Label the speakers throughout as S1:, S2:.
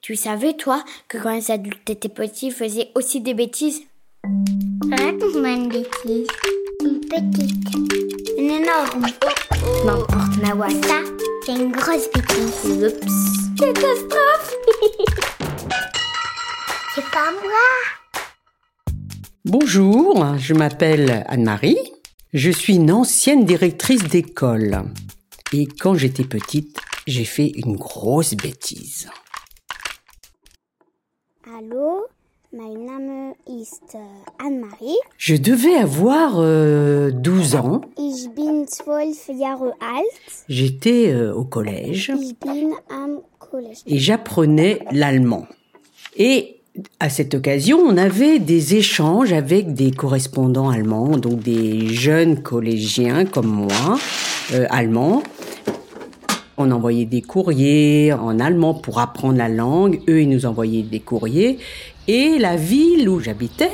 S1: Tu savais, toi, que quand les adultes étaient petits, ils faisaient aussi des bêtises
S2: Raconte-moi une bêtise.
S1: Une petite.
S2: Une énorme.
S1: N'importe, ma voix.
S2: Ça, c'est une grosse bêtise.
S1: Oups.
S2: Catastrophe C'est pas moi
S3: Bonjour, je m'appelle Anne-Marie. Je suis une ancienne directrice d'école. Et quand j'étais petite, j'ai fait une grosse bêtise.
S1: Allô Mein Name ist Anne-Marie.
S3: Je devais avoir euh, 12 ans.
S1: Ich bin zwölf Jahre alt.
S3: J'étais euh, au collège
S1: Ich bin am College.
S3: et j'apprenais l'allemand. Et à cette occasion, on avait des échanges avec des correspondants allemands, donc des jeunes collégiens comme moi, euh, allemands. On envoyait des courriers en allemand pour apprendre la langue. Eux, ils nous envoyaient des courriers. Et la ville où j'habitais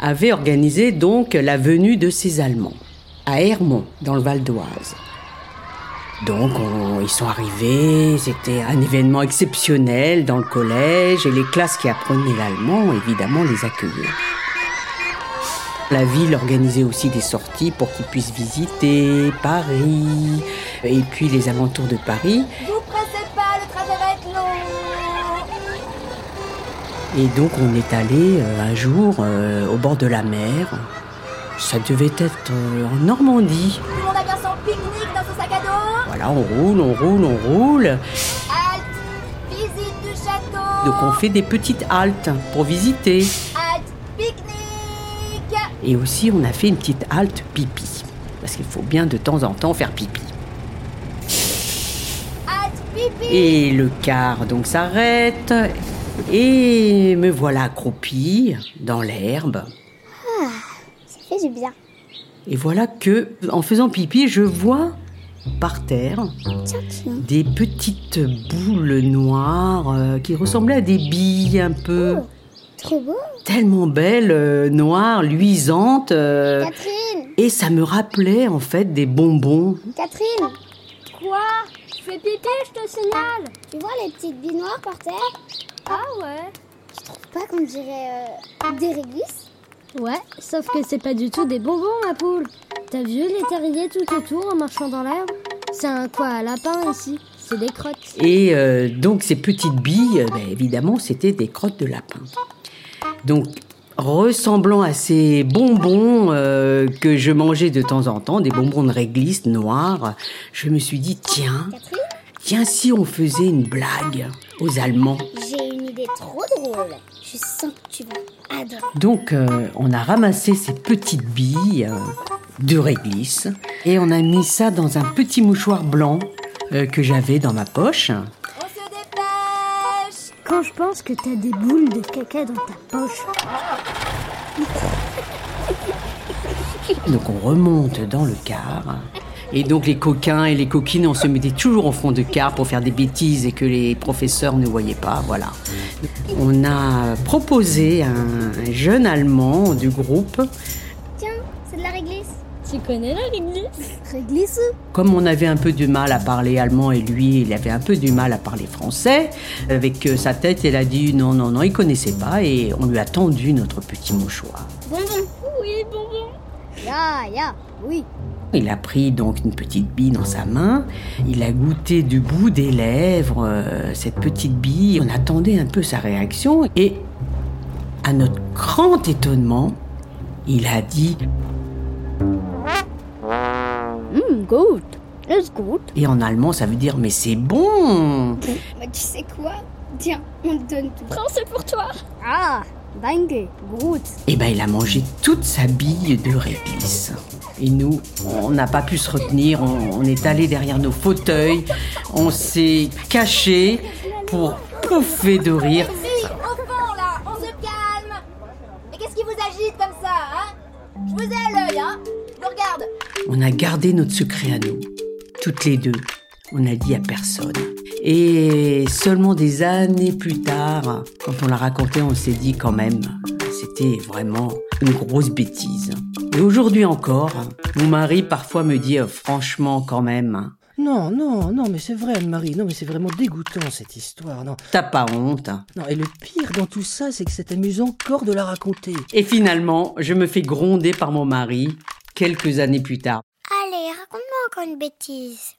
S3: avait organisé donc la venue de ces Allemands à Hermont, dans le Val d'Oise. Donc on- ils sont arrivés, c'était un événement exceptionnel dans le collège et les classes qui apprenaient l'allemand, évidemment, les accueillaient. La ville organisait aussi des sorties pour qu'ils puissent visiter Paris et puis les alentours de Paris.
S2: Vous pressez pas, le trajet va être long
S3: Et donc on est allé euh, un jour euh, au bord de la mer. Ça devait être euh, en Normandie.
S2: Tout le monde a bien son pique-nique dans son sac à dos
S3: Voilà, on roule, on roule, on roule.
S2: Halte Visite du château
S3: Donc on fait des petites haltes pour visiter.
S2: Halte Pique-nique
S3: Et aussi, on a fait une petite halte pipi. Parce qu'il faut bien de temps en temps faire pipi.
S2: Halte pipi
S3: Et le car donc s'arrête. Et me voilà accroupie dans l'herbe.
S1: Ça fait du bien.
S3: Et voilà que, en faisant pipi, je vois par terre
S1: Tiens, tiens.
S3: des petites boules noires euh, qui ressemblaient à des billes un peu
S1: Trop beau.
S3: tellement belles, euh, noires, luisantes. euh,
S1: Catherine
S3: et ça me rappelait en fait des bonbons
S1: Catherine
S2: Quoi Je fais pipi, je te signale
S1: Tu vois les petites billes noires par terre
S2: Ah ouais
S1: Pas qu'on dirait euh, des réglisse
S4: Ouais, sauf que c'est pas du tout des bonbons, ma poule. T'as vu les terriers tout autour en marchant dans l'herbe C'est un quoi, un lapin ici C'est des crottes.
S3: Et euh, donc ces petites billes, euh, ben, évidemment, c'était des crottes de lapin. Donc ressemblant à ces bonbons euh, que je mangeais de temps en temps, des bonbons de réglisse noirs, je me suis dit tiens,
S1: Catherine
S3: tiens si on faisait une blague aux Allemands.
S1: J'ai une idée trop drôle. Je sens que tu vas adorer.
S3: Donc euh, on a ramassé ces petites billes euh, de réglisse et on a mis ça dans un petit mouchoir blanc euh, que j'avais dans ma poche.
S2: On se dépêche
S4: Quand je pense que t'as des boules de caca dans ta poche.
S3: Donc on remonte dans le car. Et donc les coquins et les coquines, on se mettait toujours au fond de car pour faire des bêtises et que les professeurs ne voyaient pas, voilà. On a proposé à un jeune Allemand du groupe,
S1: Tiens, c'est de la réglisse.
S4: Tu connais la réglisse
S1: Réglisse
S3: comme on avait un peu du mal à parler allemand et lui, il avait un peu du mal à parler français, avec euh, sa tête, il a dit non, non, non, il connaissait pas et on lui a tendu notre petit mouchoir.
S1: Bonbon.
S4: Oui, bonbon.
S1: Ya, ya. Oui.
S3: Il a pris donc une petite bille dans sa main, il a goûté du bout des lèvres euh, cette petite bille, on attendait un peu sa réaction et à notre grand étonnement, il a dit
S1: good. It's good.
S3: et en allemand ça veut dire mais c'est bon.
S1: Bah, tu sais quoi Tiens, on te donne tout.
S2: Prends, c'est pour toi
S1: Ah, dingue. Good.
S3: Et ben il a mangé toute sa bille de réglisse. Et nous, on n'a pas pu se retenir, on, on est allé derrière nos fauteuils, on s'est caché pour pouffer de rire.
S2: Si, au fond là, on se calme Mais qu'est-ce qui vous agite comme ça, hein Je vous ai à l'œil, hein Je vous regarde
S3: On a gardé notre secret à nous, toutes les deux. On n'a dit à personne. Et seulement des années plus tard, quand on l'a raconté, on s'est dit quand même, c'était vraiment une grosse bêtise. Et aujourd'hui encore, mon mari parfois me dit, euh, franchement quand même,
S5: Non, non, non, mais c'est vrai, Anne-Marie. Non, mais c'est vraiment dégoûtant, cette histoire. Non,
S3: T'as pas honte.
S5: non. Et le pire dans tout ça, c'est que c'est amusant encore de la raconter.
S3: Et finalement, je me fais gronder par mon mari quelques années plus tard.
S1: Allez, raconte-moi encore une bêtise.